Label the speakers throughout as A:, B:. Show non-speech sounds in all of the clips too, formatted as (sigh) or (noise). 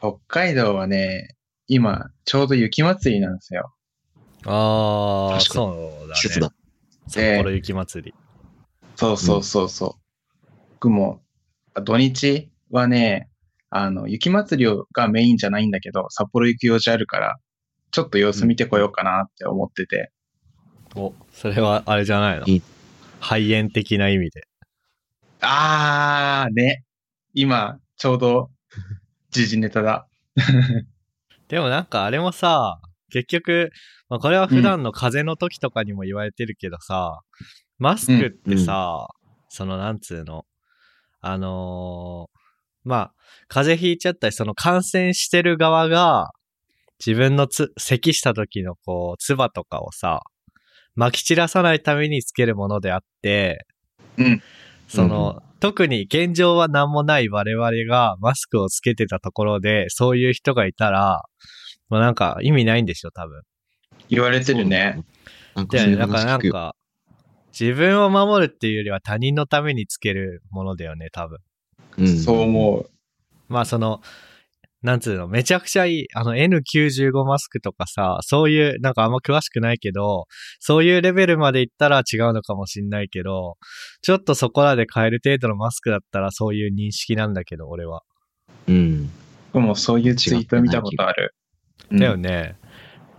A: 北海道はね、今、ちょうど雪祭りなんですよ。
B: ああ、
C: 確か
B: そうだね。
C: 季節だ。
B: 札幌雪まつり。
A: そうそうそうそう。僕も、あ土日はね、あの、雪祭りをがメインじゃないんだけど、札幌行く用事あるから、ちょっと様子見てこようかなって思ってて。
B: お、それはあれじゃないの
C: いい
B: 肺炎的な意味で。
A: あー、ね。今、ちょうど、時事ネタだ。
B: でもなんかあれもさ、結局、まあ、これは普段の風邪の時とかにも言われてるけどさ、マスクってさ、そのなんつうの、あのーまあ、風邪ひいちゃったり、その感染してる側が、自分のつ、咳した時のこう、唾とかをさ、撒き散らさないためにつけるものであって、
A: うん
B: その、特に現状は何もない我々がマスクをつけてたところで、そういう人がいたら、まあなんか意味ないんでしょ、多分。
A: 言われてるね。。
C: なんか
B: だ
C: そ
B: よ
C: うい
B: ねだ
C: う
B: からな
C: 話聞
B: ん
C: くよ。
B: か、自分を守るっていうよりは他人のためにつけるものだよね、多分。
C: ん
A: そう思う。
B: まあその、なんつうの、めちゃくちゃいい、あの N95 マスクとかさ、そういう、なんかあんま詳しくないけど、そういうレベルまでいったら違うのかもしんないけど、ちょっとそこらで買える程度のマスクだったらそういう認識なんだけど、俺は。
C: うん。
A: 僕もそういうツイート見たことある。
B: だよね。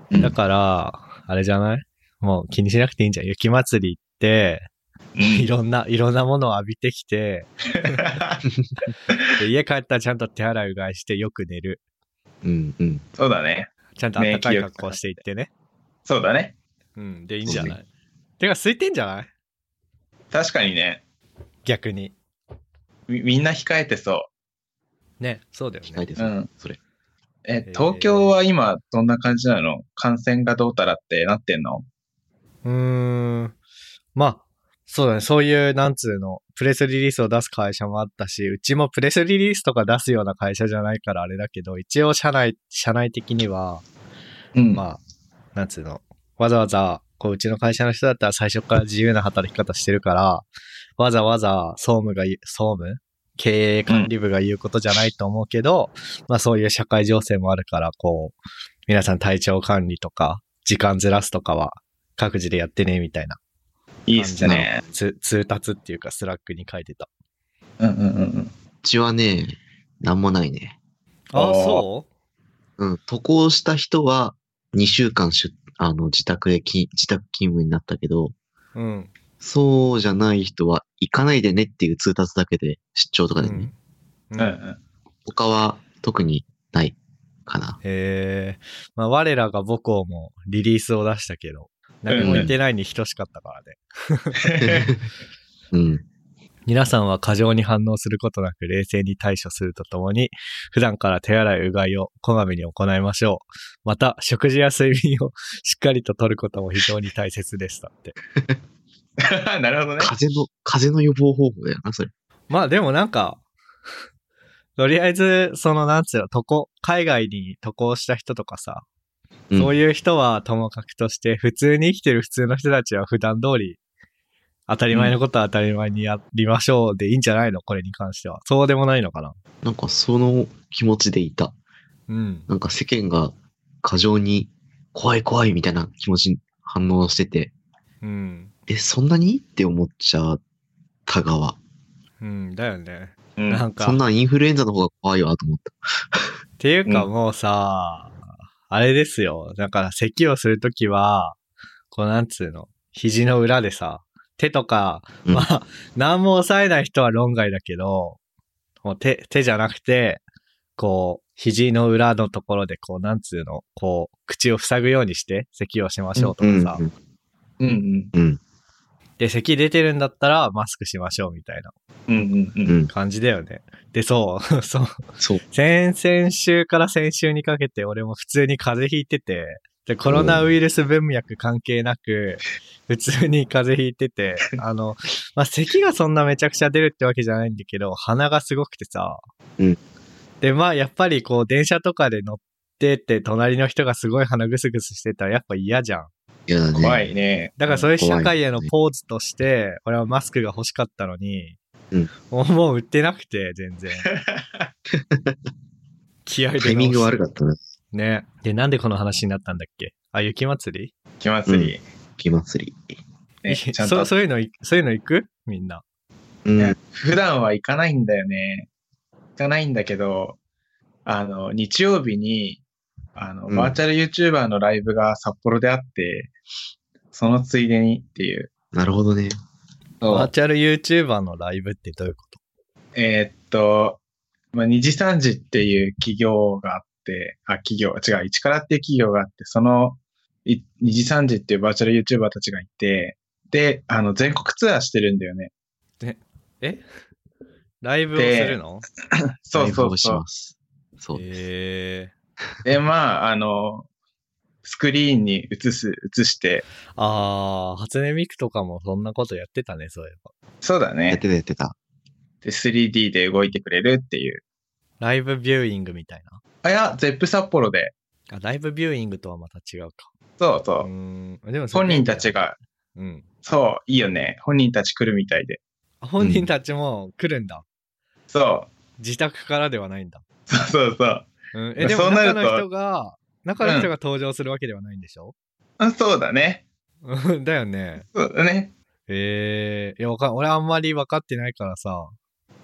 A: うん
B: だから、あれじゃないもう気にしなくていいんじゃん。雪祭り行って、
A: うん
B: いろんな、いろんなものを浴びてきて、で家帰ったらちゃんと手洗いうがいしてよく寝る。
C: うん。うん。
A: そうだね。
B: ちゃんと暖かい格好していってね。
A: そうだね。
B: うん、でいいんじゃないてか、空いてんじゃない
A: 確かにね。
B: 逆に。
A: みみんな控えてそ
B: ね、そうだよ
C: ない
B: ね。
C: です
A: う。う。ん。
C: それ。
A: え、
B: えー
A: 東京は今どんな感じなの感染がどうたらってなってんの
B: うーん。まあ、そうだね。そういう、なんつうの、プレスリリースを出す会社もあったし、うちもプレスリリースとか出すような会社じゃないからあれだけど、一応社内、社内的には、
A: うん
B: まあ、なんつうの、わざわざ、こう、うちの会社の人だったら最初から自由な働き方してるから、わざわざ総務が言う、総務経営管理部が言うことじゃないと思うけど、まあそういう社会情勢もあるから、こう、皆さん体調管理とか、時間ずらすとかは、各自でやってね、みたいな。
A: いいっすね。
B: つ、通達っていうか、スラックに書いてた。
A: うんうんうん
C: うちはね、なんもないね。
A: あー
B: う
C: うん。渡航した人は、2週間出、あの、自宅へき、自宅勤務になったけど、
B: うん。
C: そうじゃない人は、行かないでねっていう通達だけで、出張と
B: う
C: かでね。
B: ん。う
A: うんん。うんうん
C: 他は、特にない
B: (laughs)
C: かな。
B: へえ。まあ、我らが母校もリリースを出したけど、何も言ってないに等しかったからね。
C: うん。
B: 皆さんは過剰に反応することなく冷静に対処するとともに、普段から手洗い、うがいをこまめに行いましょう。また、食事や睡眠をしっかりと取ることも非常に大切でしたって。
A: (laughs) なるほどね。
C: 風邪の、風邪の予防方法だよな、それ。
B: まあでもなんか、とりあえず、そのなんつうの、渡航、海外に渡航した人とかさ、
C: うん
B: そういう人はともかくとして、普通に生きてる普通の人たちは普段通り、当たり前のことは当たり前にやりましょうでいいんじゃないのこれに関しては。そうでもないのかな
C: なんかその気持ちでいた。
B: うん。
C: なんか世間が過剰に怖い怖いみたいな気持ちに反応してて、
B: うん。
C: え、そんなにって思っちゃった側。
B: うん、だよね。
A: う。
B: なんんか、
C: そん
B: っ
C: なインフルエンザの方が怖いわと思った。
B: ていうか
A: う
B: もうさ、あれですよ。だから、咳をするときは、こうなんつうの、肘の裏でさ、手とか、
C: うん
B: まあ、何も押さえない人は論外だけど、もう手、手じゃなくて、こう、肘の裏のところで、こう、なんつうの、こう、口を塞ぐようにして、咳をしましょうとかさ。
C: うん
A: うんうん
B: で、咳出てるんだったら、マスクしましょうみたいな
A: うんうんう
C: う
A: ん。
C: ん、
B: 感じだよね。で、そう、 (laughs) そう、
C: そう。
B: 先々週から先週にかけて俺も普通に風邪ひいてて、で、コロナウイルス文脈関係なく、普通に風邪ひいて
C: (laughs)
B: て、あの、まあ、咳がそんなめちゃくちゃ出るってわけじゃないんだけど、鼻がすごくてさ。
C: うん
B: で、まあ、やっぱりこう、電車とかで乗ってて、隣の人がすごい鼻ぐすぐすしてたらやっぱ嫌じゃん。
C: 嫌だね。
A: 怖いね。
B: だからそういう社会への
C: 怖い
B: ポーズとして、俺はマスクが欲しかったのに、
C: うん (laughs)
B: もうもう売ってなくて、全然。気合で直す。
C: タイミング悪かったな。
B: ね。で、なんでこの話になったんだっけあ、雪祭
A: 雪祭り、
C: 雪祭り。
B: り、
A: ね、ちゃん
B: そ
A: と
B: う。そういうのい、そういうの行くみんな。
C: う
A: ね
C: ん。
A: 普段は行かないんだよね。行かないんだけど、あの、日曜日に、あの、
C: うん
A: バーチャル YouTuber のライブが札幌であって、そのついでにっていう。
C: なるほどね。
B: バーチャル YouTuber のライブってどういうこと
A: えーっと、まあ、二次三次っていう企業があって、あ、企業、違う、一からっていう企業があって、その、い二次三次っていうバーチャル YouTuber たちがいて、で、あの、全国ツアーしてるんだよね。
B: ライブをするの
A: そう
C: ラ
A: そ
C: イブを
A: う
C: し
A: そう
C: ま。す。そうです。
B: へえ
A: で、まあ、あの、スクリーンに映す、映して、
B: ー。あー、初音ミクとかもそんなことやってたね、そういえば。
A: そうだ
C: やっ
A: ね。
C: てたやってた。
A: で、3D で動いてくれるっていう。
B: ライブビューイングみたい
A: あ、いや、ゼップ札幌で。
B: な。あ、ライブビューイングとはまた違うか。
A: そうそう
B: ー
A: う。
B: ん。でも
A: 本人たち
B: が。
A: が、
B: うん。
A: そう、いいよね。本人たち来るみたいで。
B: あ本人たちも来るんだ。
A: そ
B: 自宅からではないんだ。
A: う。そうそうそう。
B: う
A: ま
B: ん。え、
A: あ
B: でも
A: そうなる
B: 中
A: と
B: の人が、中の人が登場するわけではないんでしょ、
A: あそうだね。
B: うん、 (laughs) だよね。
A: そうだね。
B: えー、いや、わかん、俺あんまり分かってないからさ、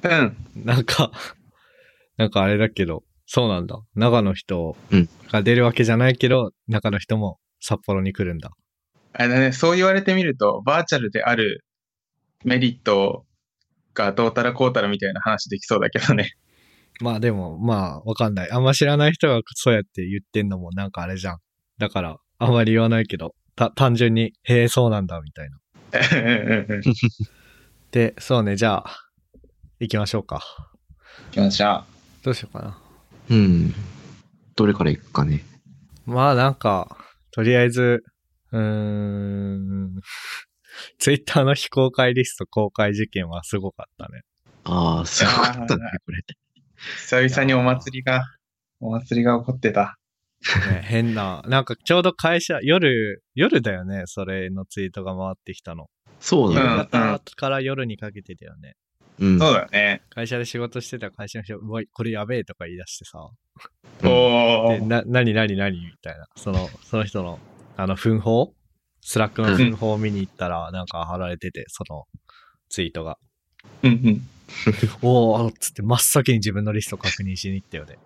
A: うん。
B: なんか、 (laughs) なんかあれだけど、そうなんだ。中の人
C: うん
B: が出るわけじゃないけど、中の人も札幌に来るんだ。
A: あれだね。そう言われてみると、バーチャルであるメリットがどうたらこうたらみたいな話できそうだけど
C: (laughs)
A: ね。
B: まあでも、まあ、わかんない。あんま知らない人がそうやって言ってんのもなんかあれじゃん。だから、あんまり言わないけど、た、単純に、へえ、そうなんだ、みたいな。
A: うんうんうん。行
B: で、そうね、じゃあ、行きましょうか。
A: きましょう。
B: どうしようかな。
C: うん。どれから行くかね。
B: まあなんか、とりあえず、うーん、 (laughs) ツイッターの非公開リスト公開事件はすごかったね。
C: ああ、すごかった
A: あ
C: ね
A: ー、
C: これ。
A: 久々にお祭りが、お祭りが起こってた。
B: ね変な、なんかちょうど会社、夜、夜だよね、それのツイートが回ってきたの。
C: そう
B: 夕
C: だね。
B: 方から夜にかけてだよね。
C: うん。
A: そうだよね。
B: 会社で仕事してた会社の人、うわ、これやべえとか言い出してさ、
C: うん
A: お
B: で、
A: ー。
B: な、なになになにみたいな。その、その人の、あの、奮法スラックの奮法を見に行ったら、なんか貼られてて、その、ツイート
C: (laughs)
B: が。
A: うんうん。
B: おおつって真っ先に自分のリスト確認しに行ったよね。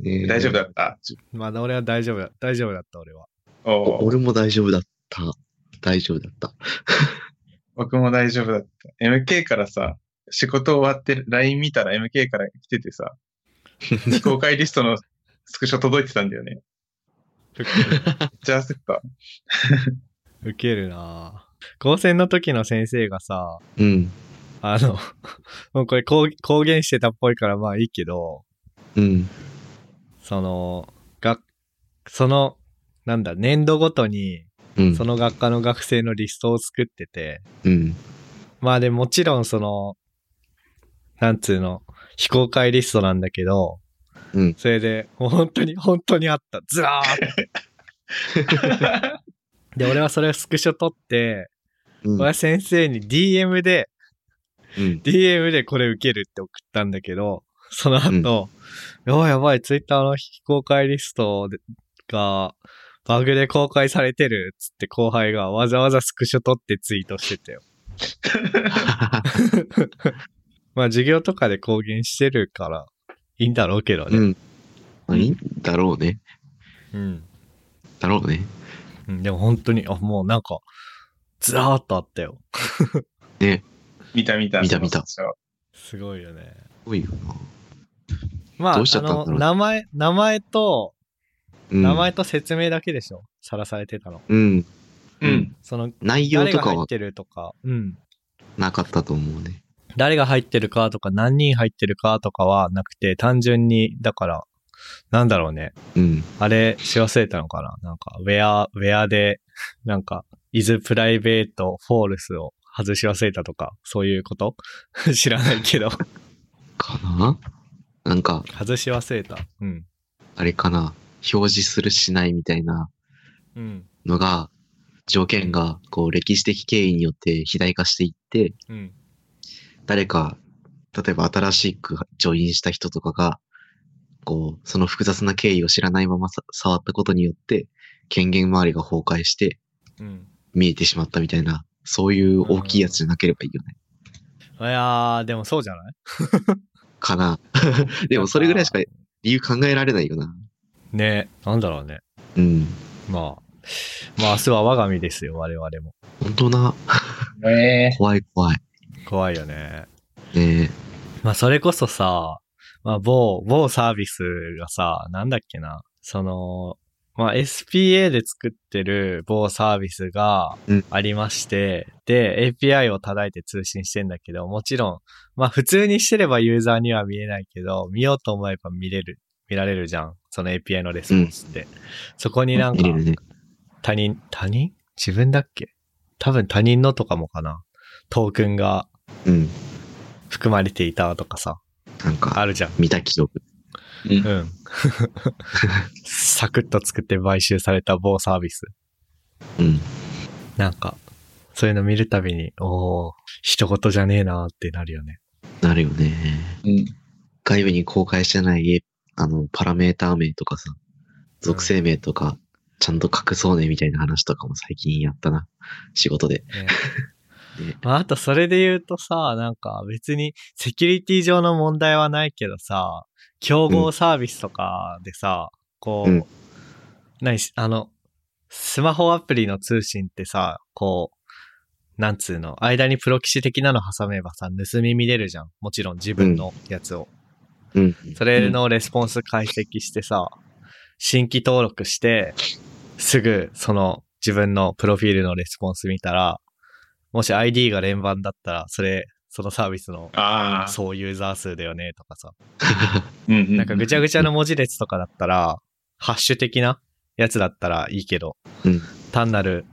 C: ね
A: 大丈夫だった。
B: まだ俺は大丈夫だ。大丈夫だった、俺は。
A: おー
C: 俺も大丈夫だった。大丈夫だった。
A: 僕も大丈夫だった。MK からさ、仕事終わってる LINE 見たら MK から来てて
C: (laughs)
A: さ、非公開リストのスクショ届いてたんだよね。
B: (laughs) ウケる
A: じゃあ焦った。
B: ウケるなぁ高専の時の先生がさ、
C: うん。
B: あの、 (laughs) もうこれ公公言してたっぽいからまあいいけど、
C: うん。
B: その、学、その、なんだ、年度ごとに、
C: うん。
B: その学科の学生のリストを作ってて、
C: うん。
B: まあでもちろんその、なんつうの、非公開リストなんだけど、
C: うん
B: それで、もう本当に、本当にあった。ずらーっ
C: (laughs)
B: と。で、俺はそれをスクショ撮って、
C: うん
B: 俺は先生に DM で、
C: うん。
B: DM でこれ受けるって送ったんだけど、その後、やばいやばい、ツイッターの非公開リストでが、バグで公開されてるっつって後輩がわざわざスクショ撮ってツイートしてたよ。まあ授業とかで公言してるから、いいんだろうけど
C: う
B: ね。
C: ん。 (laughs) まあ、いいんだろうね。
B: うん。
C: だろうね。
B: うん、でも本当に、あ、もうなんか、ずらーっとあったよ。
A: 見た見た。
C: 見た見た
A: その
B: すごいよね。
C: すごいよな。
B: まあ、
C: どうしちゃ
B: あ
C: ったんだろ
B: の、
C: う
B: 名前、名前と、
C: うん、
B: 名前と説明だけでしょ。さらされてたの。
C: うん。
A: うん。うん。
B: その、
C: 内容
B: 誰
C: と
B: が
C: か
B: 入
C: は
B: ってるとか、うん。
C: なかったと思うね。
B: 誰が入ってるかとか、何人入ってるかとかはなくて、単純に、だから、なんだろうね。
C: うん。
B: あれ、し忘れたのかななんか、ウェア、ウェアで、 (laughs) なんか、イズプライベート、フォールスを外し忘れたとか、そういうこと (laughs) 知らないけど。
C: かななんか、
B: (laughs) 外し忘れた。うん。
C: あれかな。表示するしないみたいな
B: うん。
C: のが、条件が、こう、歴史的経緯によって肥大化していって、
B: うん。
C: 誰か、例えば新しくジョインした人とかが、こう、その複雑な経緯を知らないままさ触ったことによって、権限周りが崩壊して
B: うん。
C: 見えてしまったみたいな、そういう大きいやつじゃなければいいよね。
B: いやー、でもそうじゃない
C: かな。 (laughs) でもそれぐらいしか理由考えられないよな。
B: ねなんだろうね。
C: うん。
B: まあ。まあ明日は我が身ですよ、我々も。
C: 本当な。
A: ええ
C: 怖い怖い。
B: 怖いよね。
C: ね
B: まあそれこそさ、まあ某、某サービスがさ、なんだっけな。その、まあ SPA で作ってる某サービスが
C: うん
B: ありまして、で、API を叩いて通信してんだけど、もちろん、まあ普通にしてればユーザーには見えないけど、見ようと思えば見れる、見られるじゃん。その API のレスポンスって。そこに
C: え。
B: なんか
C: 見、れるね。
B: 他人、他人自分だっけ多分他人のとかもかな。トークンが
C: うん。
B: 含まれていたとかさ、
C: なんか、
B: あるじゃん。
C: 見た記憶。
B: うん。サクッと作って買収された某サービス。
C: うん。
B: なんか、そういうの見るたびに、おー、一言じゃねえなーってなるよね。
C: なるよね。
A: うん。
C: 外部に公開してない、えあの、パラメーター名とかさ、属性名とか、ちゃんと隠そうねみたいな話とかも最近やったな。仕事で。
B: ね
C: ね
B: まあ、あとそれで言うとさ、なんか別にセキュリティ上の問題はないけどさ、競合サービスとかでさ、こう、
C: うん
B: 何し、あの、スマホアプリの通信ってさ、こう、なんつうの、間にプロキシ的なの挟めばさ、盗み見れるじゃん。もちろん自分のやつを。
C: うん。
B: それのレスポンス解析してさ、新規登録して、すぐその自分のプロフィールのレスポンス見たら、もし ID が連番だったら、それ、そのサービスの
A: ああ。
B: 総ユーザー数だよねとかさ、
A: うんうん。
B: なんかぐちゃ
A: ぐ
B: ぐちゃの文字列とかだったら、ハッシュ的なやつだったらいいけど、
C: うん
B: 単なる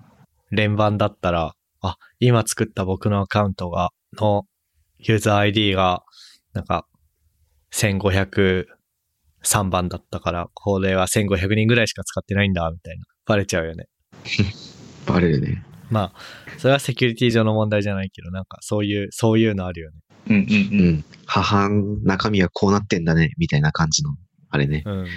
B: 連番だったら、あ、今作った僕のアカウントが、のユーザー ID が、なんか、1503番だったから、これは1500人ぐらいしか使ってないんだ、みたいな。バレちゃうよね。
C: バレるね。
B: まあ、それはセキュリティ上の問題じゃないけど、なんかそういう、そういうのあるよね。
A: うんうん
C: う
A: うん。
C: ん。母ん中身はこうなってんだね、みたいな感じの、あれね。
B: うん。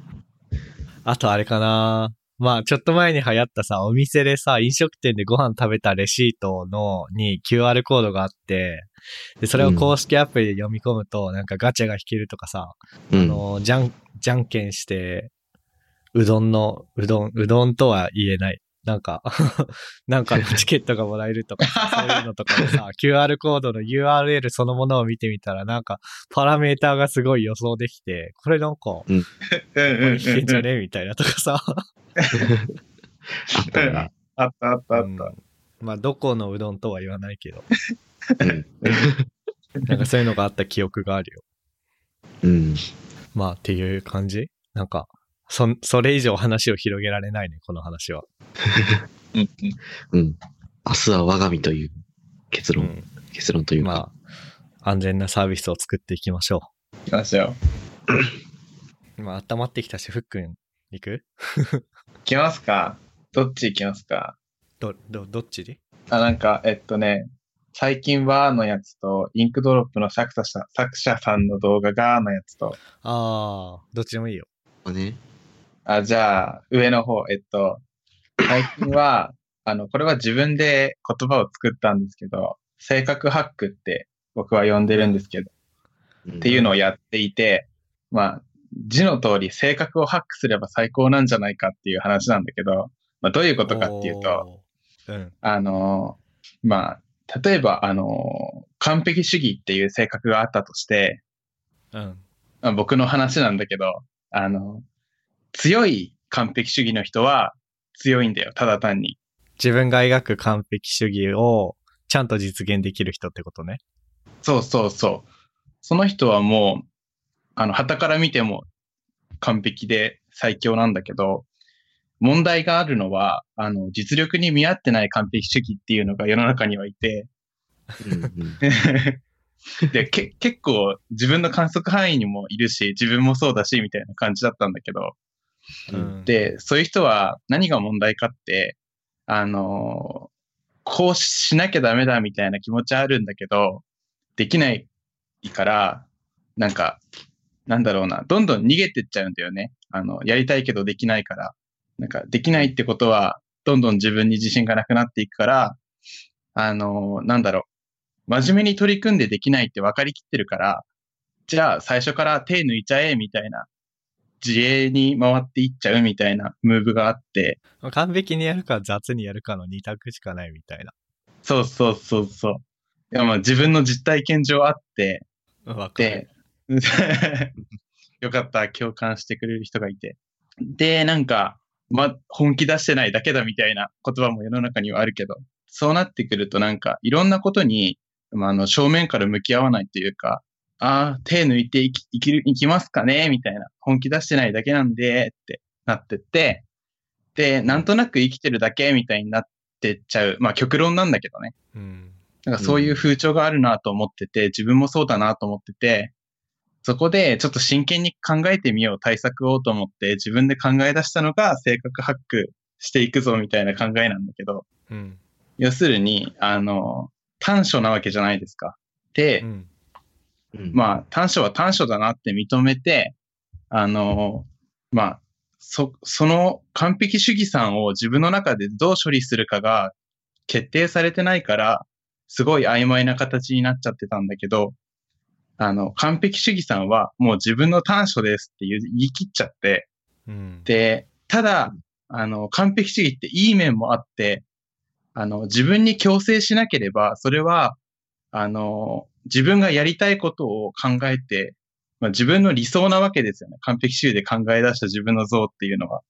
B: (laughs) あとあれかな。まあ、ちょっと前に流行ったさ、お店でさ、飲食店でご飯食べたレシートの、に QR コードがあって、で、それを公式アプリで読み込むと、なんかガチャが引けるとかさ、
C: う
B: あ
C: ん。
B: の、じゃん、じゃんけんして、うどんの、うどん、うどんとは言えない。なんか、 (laughs) なんかのチケットがもらえるとか、そういうのとかもさ、QR コードの URL そのものを見てみたら、なんか、パラメーターがすごい予想できて、これなんか、こ
A: うんうんうん
B: れ弾けんじゃ
A: うん。
B: ねみたいなとかさ。
C: あったよな。
A: あったあったあっ
B: うんまあ、どこのうどんとは言わないけど、
C: うん。
B: なんかそういうのがあった記憶があるよ。
C: うん。
B: まあ、っていう感じなんか、そ、それ以上話を広げられないね、この話は。
A: た。うん
C: うん。明日は我が身という結論、
B: うん
C: 結論というか。
B: まあ、安全なサービスを作っていきましょ
A: 来ましたよ。
B: う。まあ、温まってきたし、ふっくん、行く
A: 行きますかどっち行きますか
B: ど、ど、どっちで
A: あ、なんか、えっとね、最近はのやつと、インクドロップの作者さん作者さんの動画がのやつと、
B: ああ、どっちでもいいよ。
C: ね。
A: あ、じゃあ、上の方、えっと、最近は、 (laughs) あの、これは自分で言葉を作ったんですけど、性格ハックって僕は呼んでるんですけど、
C: っ
A: っていううのをやっていて、まあ、字の通り性格をハックすれば最高なんじゃないかっていう話なんだけど、まあ、どういうことかっていうと、
B: おー。うん。
A: あの、まあ、例えば、あの、完璧主義っていう性格があったとして、
B: うん。
A: まあ僕の話なんだけど、あの、強い完璧主義の人は強いんだよ、ただ単に。
B: 自分が描く完璧主義を、ちゃんと実現できる人ってことね。
A: そうそうそう。その人はもう、あの、旗から見ても完璧で最強なんだけど、問題があるのは、あの、実力に見合ってない完璧主義っていうのが世の中にはいて、
C: んうん
A: でけ結構自分の観測範囲にもいるし自分もそうだしみたいな感じだったんだけど
C: うん
B: うん、
A: で (laughs) そういう人は何が問題かってあのこうしなきゃダメだみたいな気持ちあるんだけどできないからなんかなんだろうな、どんどん逃げてっちゃうんだよね。あの、やりたいけどできないから。なんか、できないってことは、どんどん自分に自信がなくなっていくから、あの、なんだろう、真面目に取り組んでできないって分かりきってるから、じゃあ最初から手抜いちゃえ、みたいな、自衛に回っていっちゃうみたいなムーブがあって、
B: 完璧にやるか雑にやるかの二択しかないみたい
A: そうそうそうそう。いやまあ自分の実体験上あって、
B: な。わか
A: で
B: る。、
A: (laughs) よかった、共感してくれる人がいて。で、なんか、ま、本気出してないだけだみたいな言葉も世の中にはあるけど、そうなってくるとなんか、いろんなことに、まあ、あの、正面から向き合わないというか、ああ、手抜いていき、生きる、生きますかねみたいな。本気出してないだけなんで、ってなってって、で、なんとなく生きてるだけみたいになってっちゃう。まあ、極論なんだけどね。
B: うん。
A: なんかそういう風潮があるなと思ってて、自分もそうだなと思ってて、そこでちょっと真剣に考えてみよう、対策をと思って自分で考え出したのが性格ハックしていくぞみたいな考えなんだけど、
B: うん。
A: 要するに、あの、短所なわけじゃないですか。で、
B: うん。
C: うん
A: まあ短所は短所だなって認めて、あの、まあ、そ、その完璧主義さんを自分の中でどう処理するかが決定されてないから、すごい曖昧な形になっちゃってたんだけど、あの、完璧主義さんはもう自分の短所ですって言う言い切っちゃって、
B: うん。
A: で、ただ、あの、完璧主義っていい面もあって、あの、自分に強制しなければ、それは、あの、自分がやりたいことを考えて、まあ、自分の理想なわけですよね。完璧主義で考え出した自分の像っていうのは。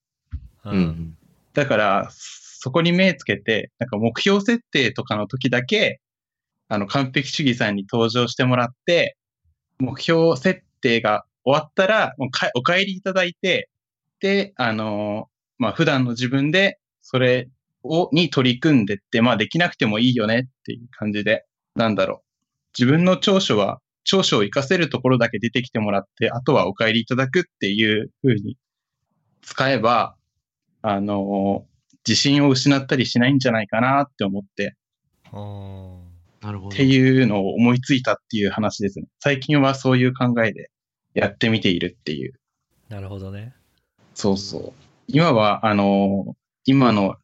B: う。
C: うんん。
A: だから、そこに目つけて、なんか目標設定とかの時だけ、あの、完璧主義さんに登場してもらって、目標設定が終わったら、もうかお帰りいただいて、で、あのーまあ、普段の自分で、それを、に取り組んでって、まあ、できなくてもいいよねっていう感じで、なんだろう。自分の長所は、長所を活かせるところだけ出てきてもらって、あとはお帰りいただくっていう風に使えば、あの、自信を失ったりしないんじゃないかなって思って、
B: おー
C: なるほど。
A: っていうのを思いついたっていう話ですね。最近はそういう考えでやってみているっていう。
B: なるほどね。
A: そうそう。今は、あの、今の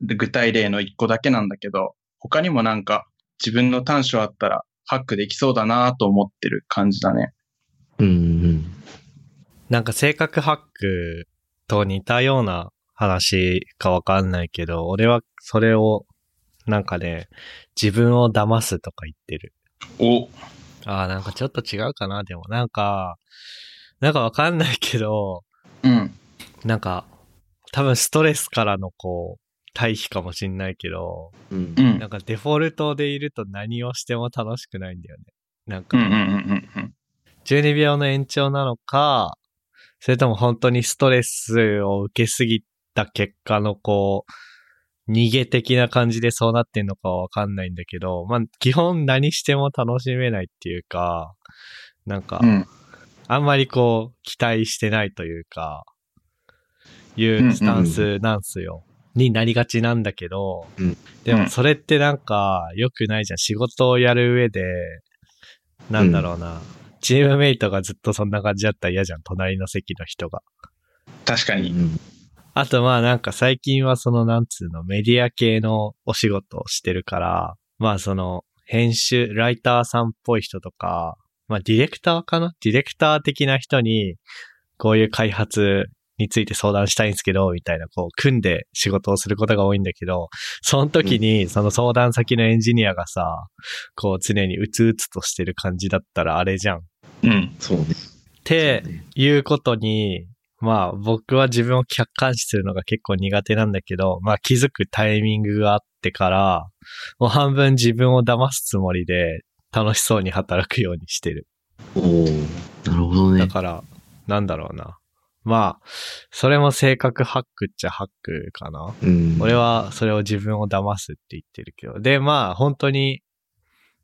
A: 具体例の一個だけなんだけど、他にもなんか自分の短所あったらハックできそうだなと思ってる感じだね。
C: うんうん。
B: なんか性格ハックと似たような話かわかんないけど、俺はそれを、なんかね、自分を騙すとか言ってる。
A: お、
B: ああ、なんかちょっと違うかな、でも。なんか、なんかわかんないけど、
A: うん、
B: なんか、多分ストレスからのこう、対比かもしんないけど、
C: うん
A: うん。う。ん
B: なんかデフォルトでいると何をしても楽しくないんだよね。なん
A: う
B: か
A: ん、うんうんうん。
B: 12秒の延長なのか、それとも本当にストレスを受けすぎた結果のこう、逃げ的な感じでそうなってんのかはわかんないんだけど、まあ基本何しても楽しめないっていうか、なんか
A: う、ん、
B: あんまりこう、期待してないというか、いうスタンスなんすよ。になりがちなんだけど、
C: うん
B: でもそれってなんか良くないじゃん。仕事をやる上で、なんだろうな。チームメイトがずっとそんな感じだったら嫌じゃん。隣の席の人が。
A: 確か
C: う
A: に。
C: ん
B: あとまあなんか最近はそのなんつうのメディア系のお仕事をしてるから、まあその編集、ライターさんっぽい人とか、まあディレクターかなディレクター的な人にこういう開発について相談したいんですけど、みたいなこう組んで仕事をすることが多いんだけど、その時にその相談先のエンジニアがさ、こう常にうつうつとしてる感じだったらあれじゃん。っ
A: うん、
C: そうね。
B: て
C: そうね
B: いうことに、まあ僕は自分を客観視するのが結構苦手なんだけど、まあ気づくタイミングがあってから、もう半分自分を騙すつもりで楽しそうに働くようにしてる。
C: おーなるほど
B: だ
C: ね。
B: から、なんだろうな。まあ、それも性格ハックっちゃハックかな。
C: うん。
B: 俺はそれを自分を騙すって言ってるけど。で、まあ本当に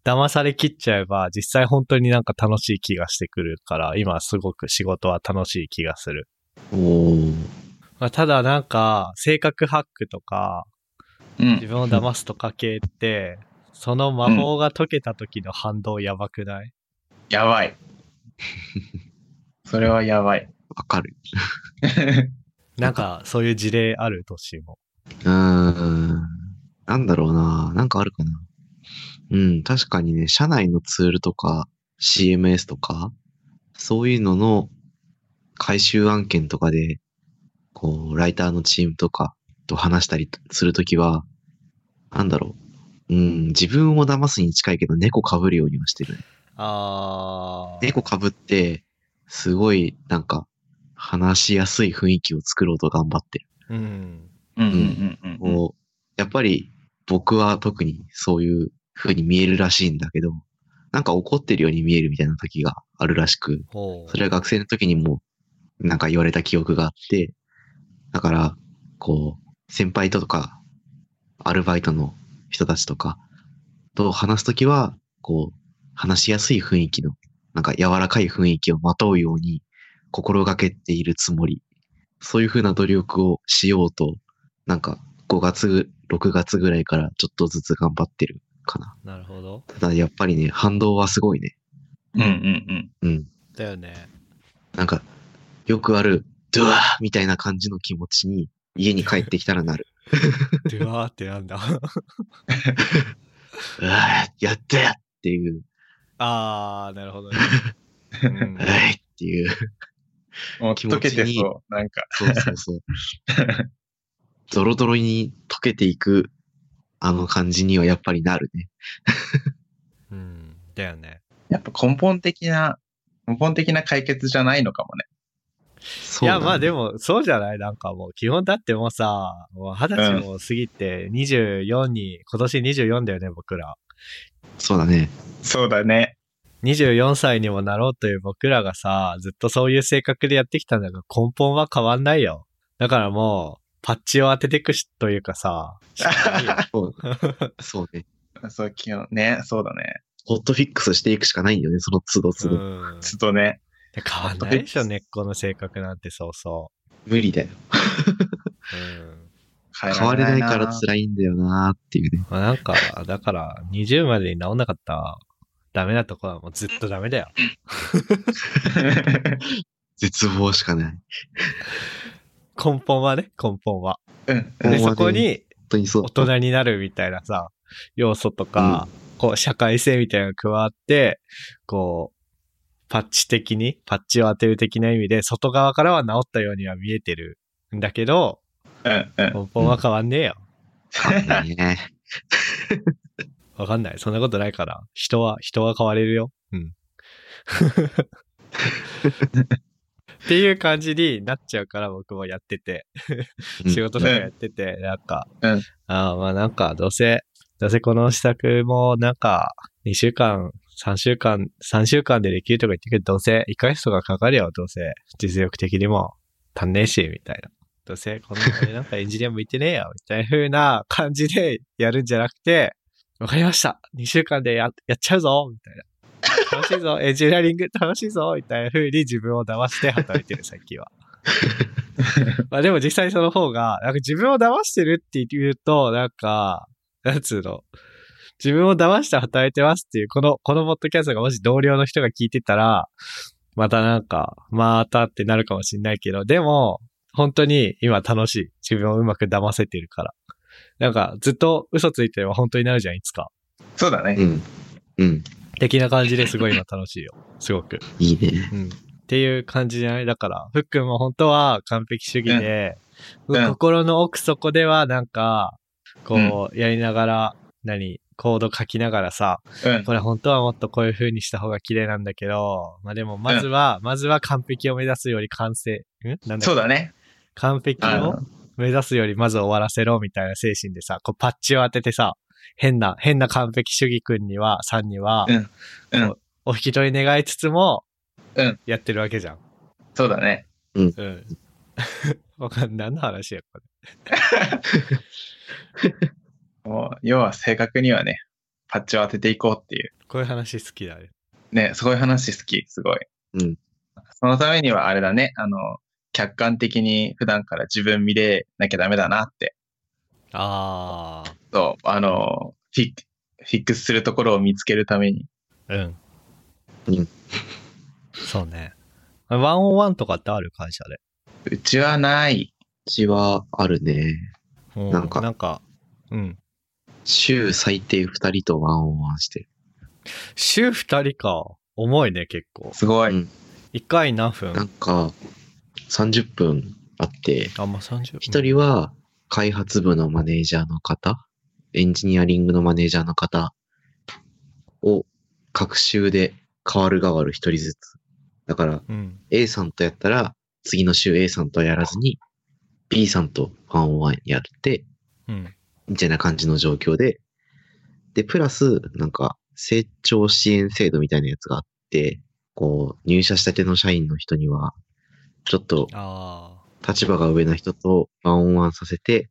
B: 騙されきっちゃえば実際本当になんか楽しい気がしてくるから、今すごく仕事は楽しい気がする。
C: おー
B: まあ、ただなんか、性格ハックとか、
A: う
B: 自
A: ん。
B: 分を騙すとか系って、その魔法 (laughs) が解けた時の反動やばくない、
A: やばい。それはやばい。
C: わかる。
B: なんか、そういう事例ある年も。
C: うーん。なんだろうな。なんかあるかな。うん、確かにね、社内のツールとか、CMS とか、そういうのの回収案件とかで、こう、ライターのチームとかと話したりするときは、なんだろう。うん、自分を騙すに近いけど、猫被るようにはしてるね。
B: あー。
C: 猫被って、すごい、なんか、話しやすい雰囲気を作ろうと頑張ってる。
B: うん。
A: うんうんうんうん。
C: こう、やっぱり僕は特にそういう風に見えるらしいんだけど、なんか怒ってるように見えるみたいな時があるらしく、
B: ほう。
C: それは学生の時にもなんか言われた記憶があって、だから、こう、先輩とか、アルバイトの人たちとかと話すときは、こう、話しやすい雰囲気の、なんか柔らかい雰囲気をまとうように心がけているつもり、そういうふうな努力をしようと、なんか5月、6月ぐらいからちょっとずつ頑張ってるかな。
B: なるほど。
C: ただやっぱりね、反動はすごいね。
A: うんうん
C: うん。
B: だよね。
C: なんか、よくある、ドゥワーみたいな感じの気持ちに、家に帰ってきたらなる。
B: でわーってなんだ。
C: (laughs) うわーやったやっていう、
B: (laughs) あー、なるほどね。うん
C: うわーいっていう、
A: うん。もう
C: 気持
A: 溶
C: ちい
A: け
C: い
A: てそう。なんか。
C: そうそう (laughs) そう。ドロドロに溶けていく、あの感じにはやっぱりなるね。
B: うん。だよね。
A: やっぱ根本的な、根本的な解決じゃないのかもね。
C: そ
B: い
C: うだ
B: や、
C: ね
B: まあで。も、そうじゃないなんかもう、基本だってもうさ、もう二十歳も過ぎて、24に、今年24だよね、僕ら。
C: そうだね。
A: そうだね。
B: 24歳にもなろうという僕らがさ、ずっとそういう性格でやってきたんだが、根本は変わんないよ。だからもう、パッチを当ててくし、というかさ、しかないよ
C: そう (laughs) そうね。
A: そう、気温ね。そうだね。
C: ホットフィックスしていくしかないんだよね、その都度
B: (laughs) う
C: 都度。
B: ん。
A: ずっとね。
B: 変わんないでしょ、根っこの性格なんてそうそ
C: 無理だよ。
B: う。うん。
A: 変
C: 変われないから
A: つ
C: 辛いんだよなーっていうね。
B: まあ、なんか、だから、20までに治んなかった、ダメなとこはもうずっとダメだよ。
A: ら
C: 絶望しかない。
B: 根本はね、根本は。
A: (laughs) うん。
C: 根
B: で、
C: 本は
B: そ
C: ね
B: こに
C: 本当にそう。
B: 大人になるみたいなさ、要素とか、こう、社会性みたいなのが加わって、こう、パッチ的に、パッチを当てる的な意味で、外側からは治ったようには見えてるんだけど、
A: うんうん。
B: 根本は変わんねえよ。
C: だ (laughs) ね。
B: わかんない。そんなことないから。人は、人は変われるよ。
C: (laughs)
B: うん。っていう感じになっちゃうから僕もやってて、
C: うん
B: 仕事とかやってて、なんか、
A: うん
B: ああまあなんか、どうせ、どうせこの施策もなんか、2週間、3週間、3週間でできるとか言ってるけど、どうせ1ヶ月とかかかるよ、どうせ。実力的にも足んねえし、みたいな。どうせこんな俺なんかエンジニア向いてねえよ、みたいな風な感じでやるんじゃなくて、わかりました。2週間でややっちゃうぞみたいな。楽しいぞ。エンジニアリング楽しいぞみたいな風に自分を騙して働いてる、最近は。まあでも実際その方が、なんか自分を騙してるって言うと、なんか、なんつうの。自分を騙して働いてますっていう、この、このポッドキャストがもし同僚の人が聞いてたら、またなんか、またってなるかもしんないけど、でも、本当に今楽しい。自分をうまく騙せてるから。なんか、ずっと嘘ついてれば本当になるじゃん、いつか。
A: (laughs) そうだね
C: う。ん。うん。
B: 的な感じですごい今楽しいよ。すごく。
C: いいね。
B: うん。っていう感じじゃないだから、ふっくんも本当は完璧主義で、
A: うんうん
B: 心の奥底ではなんか、こう、やりながら、何、コード書きながらさ、
A: うん。
B: これ本当はもっとこういう風にした方が綺麗なんだけど、まあでもまずは、まずは完璧を目指すより完成、んなんだっけ
A: そうだね。
B: 完璧
A: あ
B: を
A: の、
B: 目指すよりまず終わらせろみたいな精神でさ、こうパッチを当ててさ、変な、変な完璧主義くんには、さんには、
A: うんうん
B: こうお引き取り願いつつも、
A: うん
B: やってるわけじゃん。
A: そうだね。
B: うん。 (laughs) わかんない。何の話や、これ。
A: もう、要は正確にはね、パッチを当てていこうっていう。
B: こういう話好きだね。
A: ね、そういう話好き、すごい。
C: うん。
A: そのためにはあれだね、あの、客観的に普段から自分見れなきゃダメだなって。
B: あ
A: そう、あの、フィックフィックスするところを見つけるために。
B: ー。うん。
C: うん
B: そうね。ワンオンワンとかってある会社で。
A: うちはない。
C: ちはあるね。
B: う
C: なんか
B: なんか、うん。
C: 週最低2人とワンオンワンしてる。
B: 週二人か。重いね、結構。
A: すごい。
C: うん
B: 一回何分
C: なんか、30分あって、
B: あ、まあ、30分。
C: 一人は開発部のマネージャーの方、エンジニアリングのマネージャーの方を各週で変わる変わる一人ずつ。だから
B: うん。
C: A さんとやったら次の週 A さんとはやらずに B さんとワンオンワンやって、
B: うん。
C: みたいな感じの状況で、で、プラスなんか成長支援制度みたいなやつがあって、こう入社したての社員の人にはちょっと
B: あ
C: 立場が上な人とワンオンワンさせて、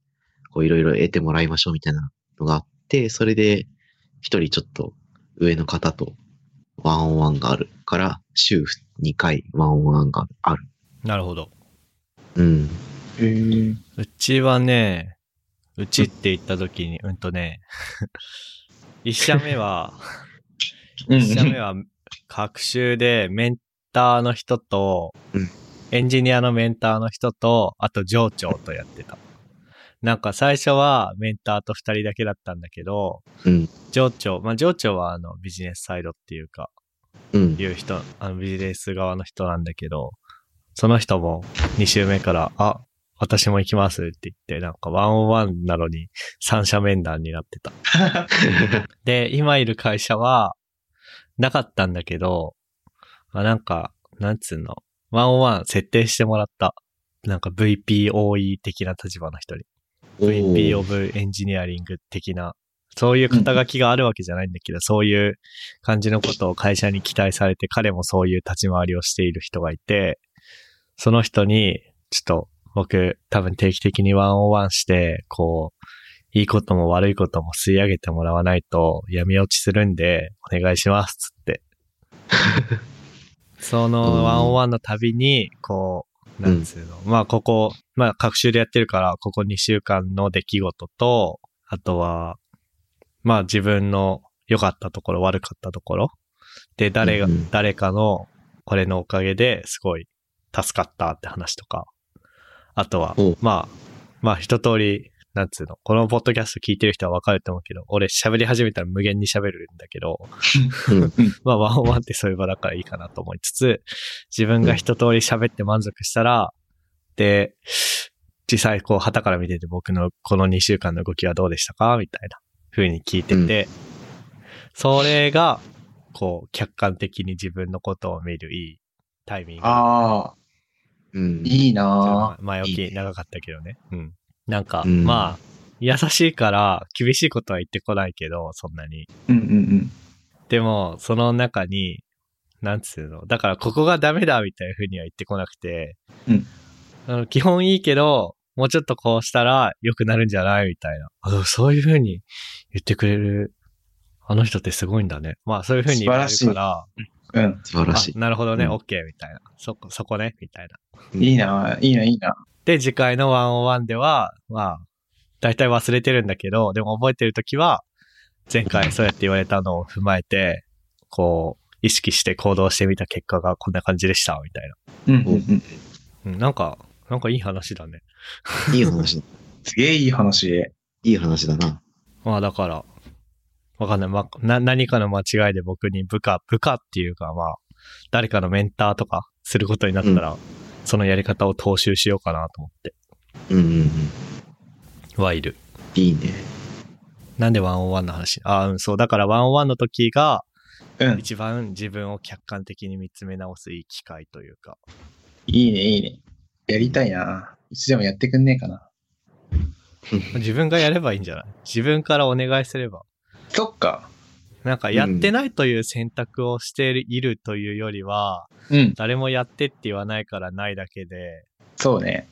C: こういろいろ得てもらいましょうみたいなのがあって、それで一人ちょっと上の方とワンオンワンがあるから、週2回ワンオンワンがある。
B: あ。なるほど。
C: うん。
A: へー
B: うちはね、うちって言った時に、うんとね、一社目は、
A: うん
B: 一社目は、学習でメンターの人と
C: うん、
B: エンジニアのメンターの人と、あと上長とやってた。なんか最初はメンターと二人だけだったんだけど、
C: うん。
B: 上長、まあ上長はあのビジネスサイドっていうか、
C: うん。
B: いう人、あのビジネス側の人なんだけど、その人も2週目から、あ、私も行きますって言って、なんかワンオンワンなのに三者面談になってた。
C: (laughs)
B: で、今いる会社は、なかったんだけど、あなんか、なんつうの、ワンオンワン設定してもらった。なんか VPOE 的な立場の人に。VP
C: お
B: of Engineering 的な、そういう肩書きがあるわけじゃないんだけど、そういう感じのことを会社に期待されて、彼もそういう立ち回りをしている人がいて、その人に、ちょっと僕、多分定期的にワンオンワンして、こう、いいことも悪いことも吸い上げてもらわないと闇落ちするんで、お願いします、つって。そのワンオンワンの度に、こう、なんつうの、まあここ、まあ各週でやってるから、ここ2週間の出来事と、あとは、まあ自分の良かったところ、悪かったところ。で、誰が、
C: うんうん
B: 誰かの、これのおかげですごい助かったって話とか。あとは
C: お、
B: まあ、まあ一通り、なんつうの、このポッドキャスト聞いてる人はわかると思うけど、俺喋り始めたら無限に喋るんだけど、
C: うん
B: (laughs) まあ、ワンオンワンってそういう場だからいいかなと思いつつ、自分が一通り喋って満足したら、で、実際こう、旗から見てて僕のこの2週間の動きはどうでしたかみたいな風に聞いてて、それが、こう、客観的に自分のことを見るいいタイミング。
A: ああ、
C: (laughs) うん。
A: いいな
B: 前置
C: いい
B: き長かったけどね。うん。なんか、
C: うん
B: まあ、優しいから厳しいことは言ってこないけど、そんなに。
A: ー。うんうん
B: でも、その中に、なんつうの、だからここがダメだみたいな風には言ってこなくて、
A: うん
B: あの基本いいけど、もうちょっとこうしたら良くなるんじゃないみたいな。あのそういう風に言ってくれる、あの人ってすごいんだね。まあそういう風に言われるから、
A: うん。うん。
C: 素晴らしい
B: あ。なるほどね、
C: うん
B: OK みたいな。そこ、そこね、みたいな。
A: いいなーいいな、いいな。
B: で、次回のワンオンワンでは、まあ、大体忘れてるんだけど、でも覚えてるときは、前回そうやって言われたのを踏まえて、こう、意識して行動してみた結果がこんな感じでした、みたい
A: うんうんうん。
B: な。うん、なんか、なんかいい話だね。
C: いい話だ。
A: すげえいい話。
C: いい話だな。
B: まあだから、わかんない。まあ、な、何かの間違いで僕に部下、部下っていうかまあ、誰かのメンターとかすることになったら、そのやり方を踏襲しようかなと思って、
C: うんうんうん。
B: はいる。
C: いいね。
B: なんでワンオンワンの話あうん、そう。だからワンオンワンの時が、
A: うん。
B: 一番自分を客観的に見つめ直すいい機会というか。
A: いいね、いいね。やりたいな。うちでもやってくんねえかな。
B: 自分がやればいいんじゃない自分からお願いすれば。
A: そっか。
B: なんかやってないという選択をしているというよりは、
A: うん。
B: 誰もやってって言わないからないだけで、
A: そうね。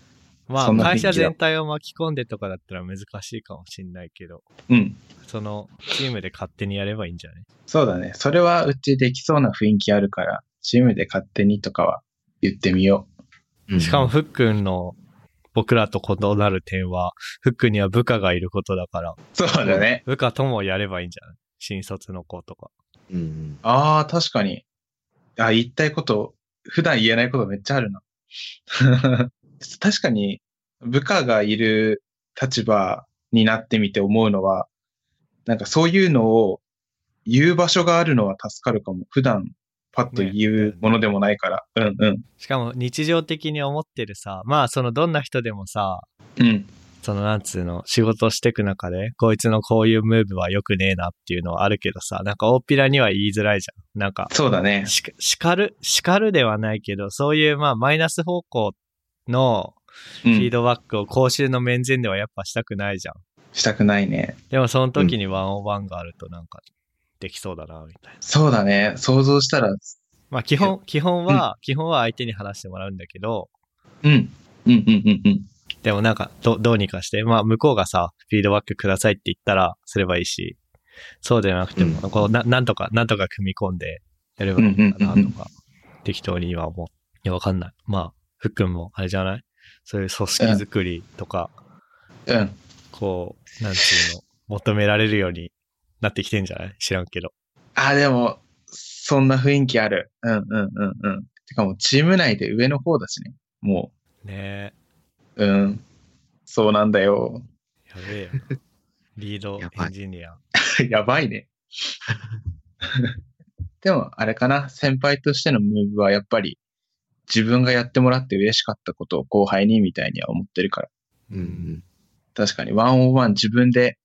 B: ま
A: そ
B: あ
A: んな雰囲
B: 会
A: 気だ
B: 社全体を巻き込んでとかだったら難しいかもしんないけど、
A: うん。
B: そのチームで勝手にやればいいんじゃない
A: そうだね。それはうちできそうな雰囲気あるから、チームで勝手にとかは言ってみよ
C: うん
B: しかも、ふっくんの僕らと異なる点は、ふっくんには部下がいることだから、
A: う。そうだね。
B: 部下ともやればいいんじゃない新卒の子とか。
C: うん
A: ああ、確かに。あ、言いたいこと普段言えないことめっちゃあるな。 (laughs) 確かに、部下がいる立場になってみて思うのは、なんかそういうのを言う場所があるのは助かるかも。普段パッと言うものでもないから。うん
B: しかも日常的に思ってるさ、まあそのどんな人でもさ、
A: うん。うん。
B: そのなんつうの、仕事をしてく中で、こいつのこういうムーブは良くねえなっていうのはあるけどさ、なんか大っぴらには言いづらいじゃん。なんか、
A: そうだね。
B: しか叱る、叱るではないけど、そういうまあマイナス方向の
A: う
B: フィー
A: ん。
B: ドバックを講習の面前ではやっぱしたくないじゃん。
A: したくないね。
B: でもその時にワンオンワンがあるとなんか、できそうだな、みたいな。
A: そうだね。想像したら、
B: まあ基本、基本は、基本は相手に話してもらうんだけど、
A: うん。うんうんうんうん。
B: でもなんか、ど、どうにかして、まあ向こうがさ、フィードバックくださいって言ったら、すればいいし、そうでなくても、こうな、なんとか、なんとか組み込んで、やればいいのか
A: うんうんうん
B: な
A: うん
B: とか、適当には思う。いや、わかんない。まあ、ふっくんも、あれじゃないそういう組織づくりとか、
A: うん。
B: こう、なんていうの、求められるようになってきてんじゃない知らんけど。
A: あ、でも、そんな雰囲気ある。うんうんうんうん。てかもうチーム内で上の方だしね。も
B: ね
A: う、うん。そうなんだよ。 (laughs)
B: え、やべえよ。リード
C: やば
B: エ
C: い
B: ンジニア。
A: やばいね。 (laughs) でも、あれかな。先輩としてのムーブはやっぱり、自分がやってもらって嬉しかったことを後輩にみたいには思ってるから。
C: うんうん。
A: 確かに、ワンオンワン自分で、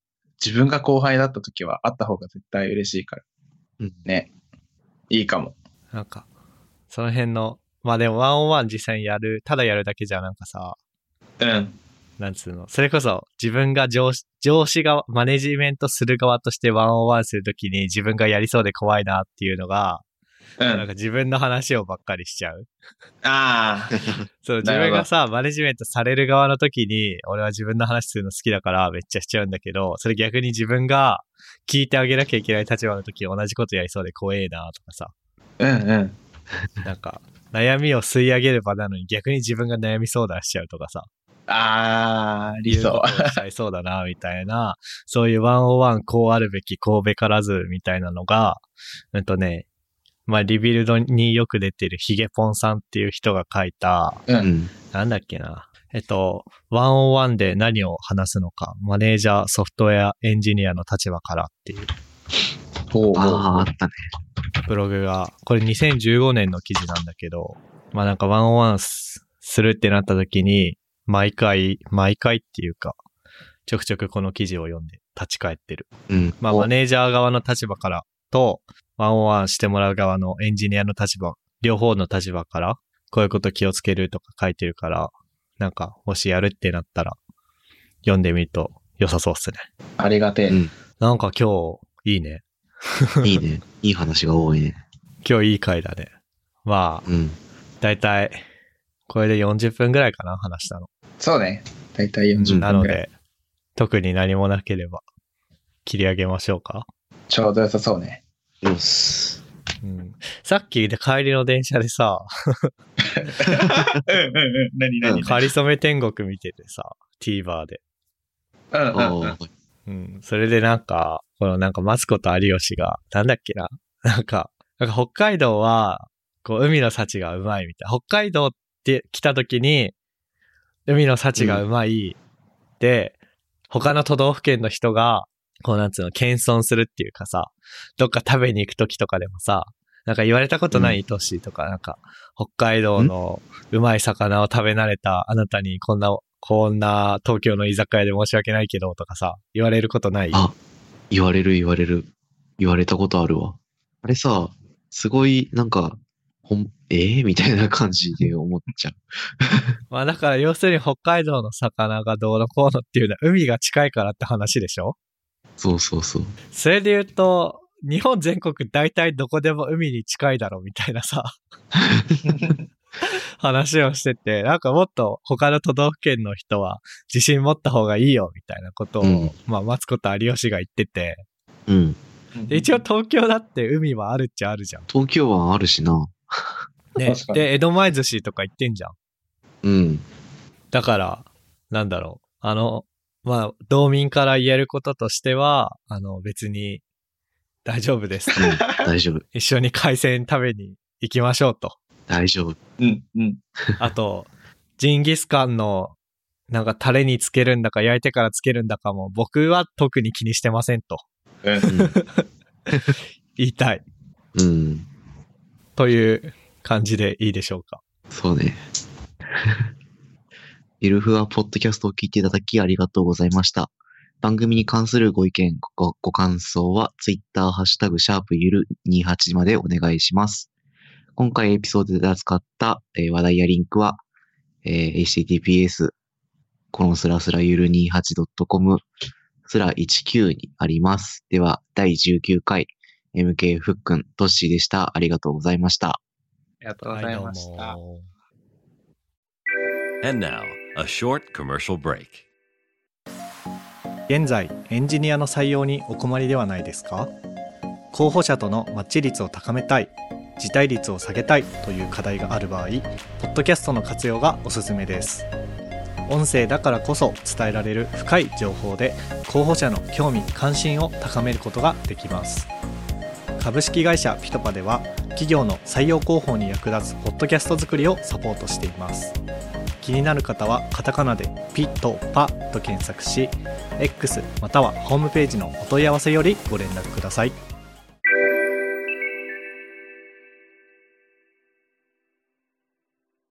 A: 自分が後輩だった時はあった方が絶対嬉しいから。
C: うん
A: ね。いいかも。
B: なんか、その辺の、まあでもワンオンワン実際にやる、ただやるだけじゃなんかさ、
A: うん。
B: なんつうの、それこそ自分が上司、上司側、マネジメントする側としてワンオンワンするときに自分がやりそうで怖いなっていうのが、
A: う
B: なん
A: ん。
B: か自分の話をばっかりしちゃう。
A: ああ。
B: そう、自
A: なるほど
B: 分がさ、マネジメントされる側の時に、俺は自分の話するの好きだからめっちゃしちゃうんだけど、それ逆に自分が聞いてあげなきゃいけない立場の時同じことやりそうで怖えなとかさ、
A: うんうん。
B: なんか、悩みを吸い上げる場なのに逆に自分が悩み相談しちゃうとかさ、
A: ああ、理
B: いう
A: 想
B: こ。とをしちゃいそうだな、みたいな、そういうワンオワンこうあるべき、こうべからず、みたいなのが、うんとね、まあ、リビルドによく出てるヒゲポンさんっていう人が書いた、
A: う。
C: うんん。
B: なんだっけな。えっと、ワンオンワンで何を話すのか、マネージャー、ソフトウェア、エンジニアの立場からっていう
A: ほう
C: ああ、あったね。
B: ブログが、これ2015年の記事なんだけど、まあなんかワンオンワンすするってなった時に、毎回、毎回っていうか、ちょくちょくこの記事を読んで立ち返ってる。
C: うん。
B: まあ
A: お
B: マネージャー側の立場からと、ワンオンワンしてもらう側のエンジニアの立場、両方の立場から、こういうこと気をつけるとか書いてるから、なんか、もしやるってなったら、読んでみると良さそうっすね。
A: ありがてえ。
C: うん
B: なんか今日、いいね。
C: いいね。いい話が多いね。
B: 今日いい回だね。まあ、
C: うん。
B: だいたい、これで40分ぐらいかな、話したの。
A: そうね。だいたい40
B: な
A: 分
B: の
A: ぐらい。
B: で、特に何もなければ、切り上げましょうか。
A: ちょうど良さそうね。
C: よっす。
B: うん。さっきで帰りの電車でさ、
A: うんうんうん。何
C: 何
B: かりそめ天国見ててさ、TVer で。
A: うんうんう
C: あ
A: ん。
C: ー
B: うん。それでなんか、このなんかマツコと有吉が、なんだっけな。 (laughs) なんか、なんか北海道は、こう海の幸がうまいみたい。北海道って来た時に、海の幸がうまい。で、他の都道府県の人が、こうなんつうの、謙遜するっていうかさ、どっか食べに行く時とかでもさ、なんか言われたことな
C: う
B: い都市とか、なんか、北海道のうまい魚を食べ慣れたあなたにこんな、こんな東京の居酒屋で申し訳ないけどとかさ、言われることない
C: あ言われる言われる。言われたことあるわ。あれさ、すごい、なんか、ほん、ええみたいな感じで思っちゃう。
B: まあだから要するに北海道の魚がどうのこうのっていうのは海が近いからって話でしょ
C: そうそうそう。
B: それで言うと、日本全国大体どこでも海に近いだろみたいな
C: (laughs)
B: さ、話をしてて、なんかもっと他の都道府県の人は自信持った方がいいよみたいなことを、
C: うん
B: まあマツコと有吉が言ってて、
C: うん。
B: で一応東京だって海はあるっちゃあるじゃん。
C: 東京湾あるしな。
B: ね
A: 確か、に
B: で、江戸前寿司とか行ってんじゃん。
C: うん。
B: だから、なんだろう。あの、まあ、道民から言えることとしては、あの、別に大丈夫ですと。
C: 大丈夫。
A: (laughs)
B: 一緒に海鮮食べに行きましょうと。
C: 大丈夫。
A: うん、うん。
B: あと、ジンギスカンの、なんかタレにつけるんだか焼いてからつけるんだかも、僕は特に気にしてませんと
A: うん
B: 言いたい。
C: うん。うん。
B: という感じでいいでしょうか。
C: そうね。 (laughs) ゆるふわポッドキャストを聞いていただきありがとうございました。番組に関するご意見、ごご感想は、ツイッターハッシュタグ、シャープゆる28までお願いします。今回エピソードで扱った、えー話題やリンクは、えー https、このスラスラゆる 28.com すら19にあります。では、第19回、MK ふっくん、トッシーでした。ありがとうございました。
A: ありがとうございました。
B: はいどうも
D: And now, a short commercial break.
B: 現在エンジニアの採用にお困りではないですか候補者とのマッチ率を高めたい辞退率を下げたいという課題がある場合ポッドキャストの活用がおすすめです音声だからこそ伝えられる深い情報で候補者の興味関心を高めることができます株式会社ピトパでは企業の採用広報に役立つポッドキャスト作りをサポートしています気になる方はカタカナでピトパと検索し X またはホームページのお問い合わせよりご連絡ください。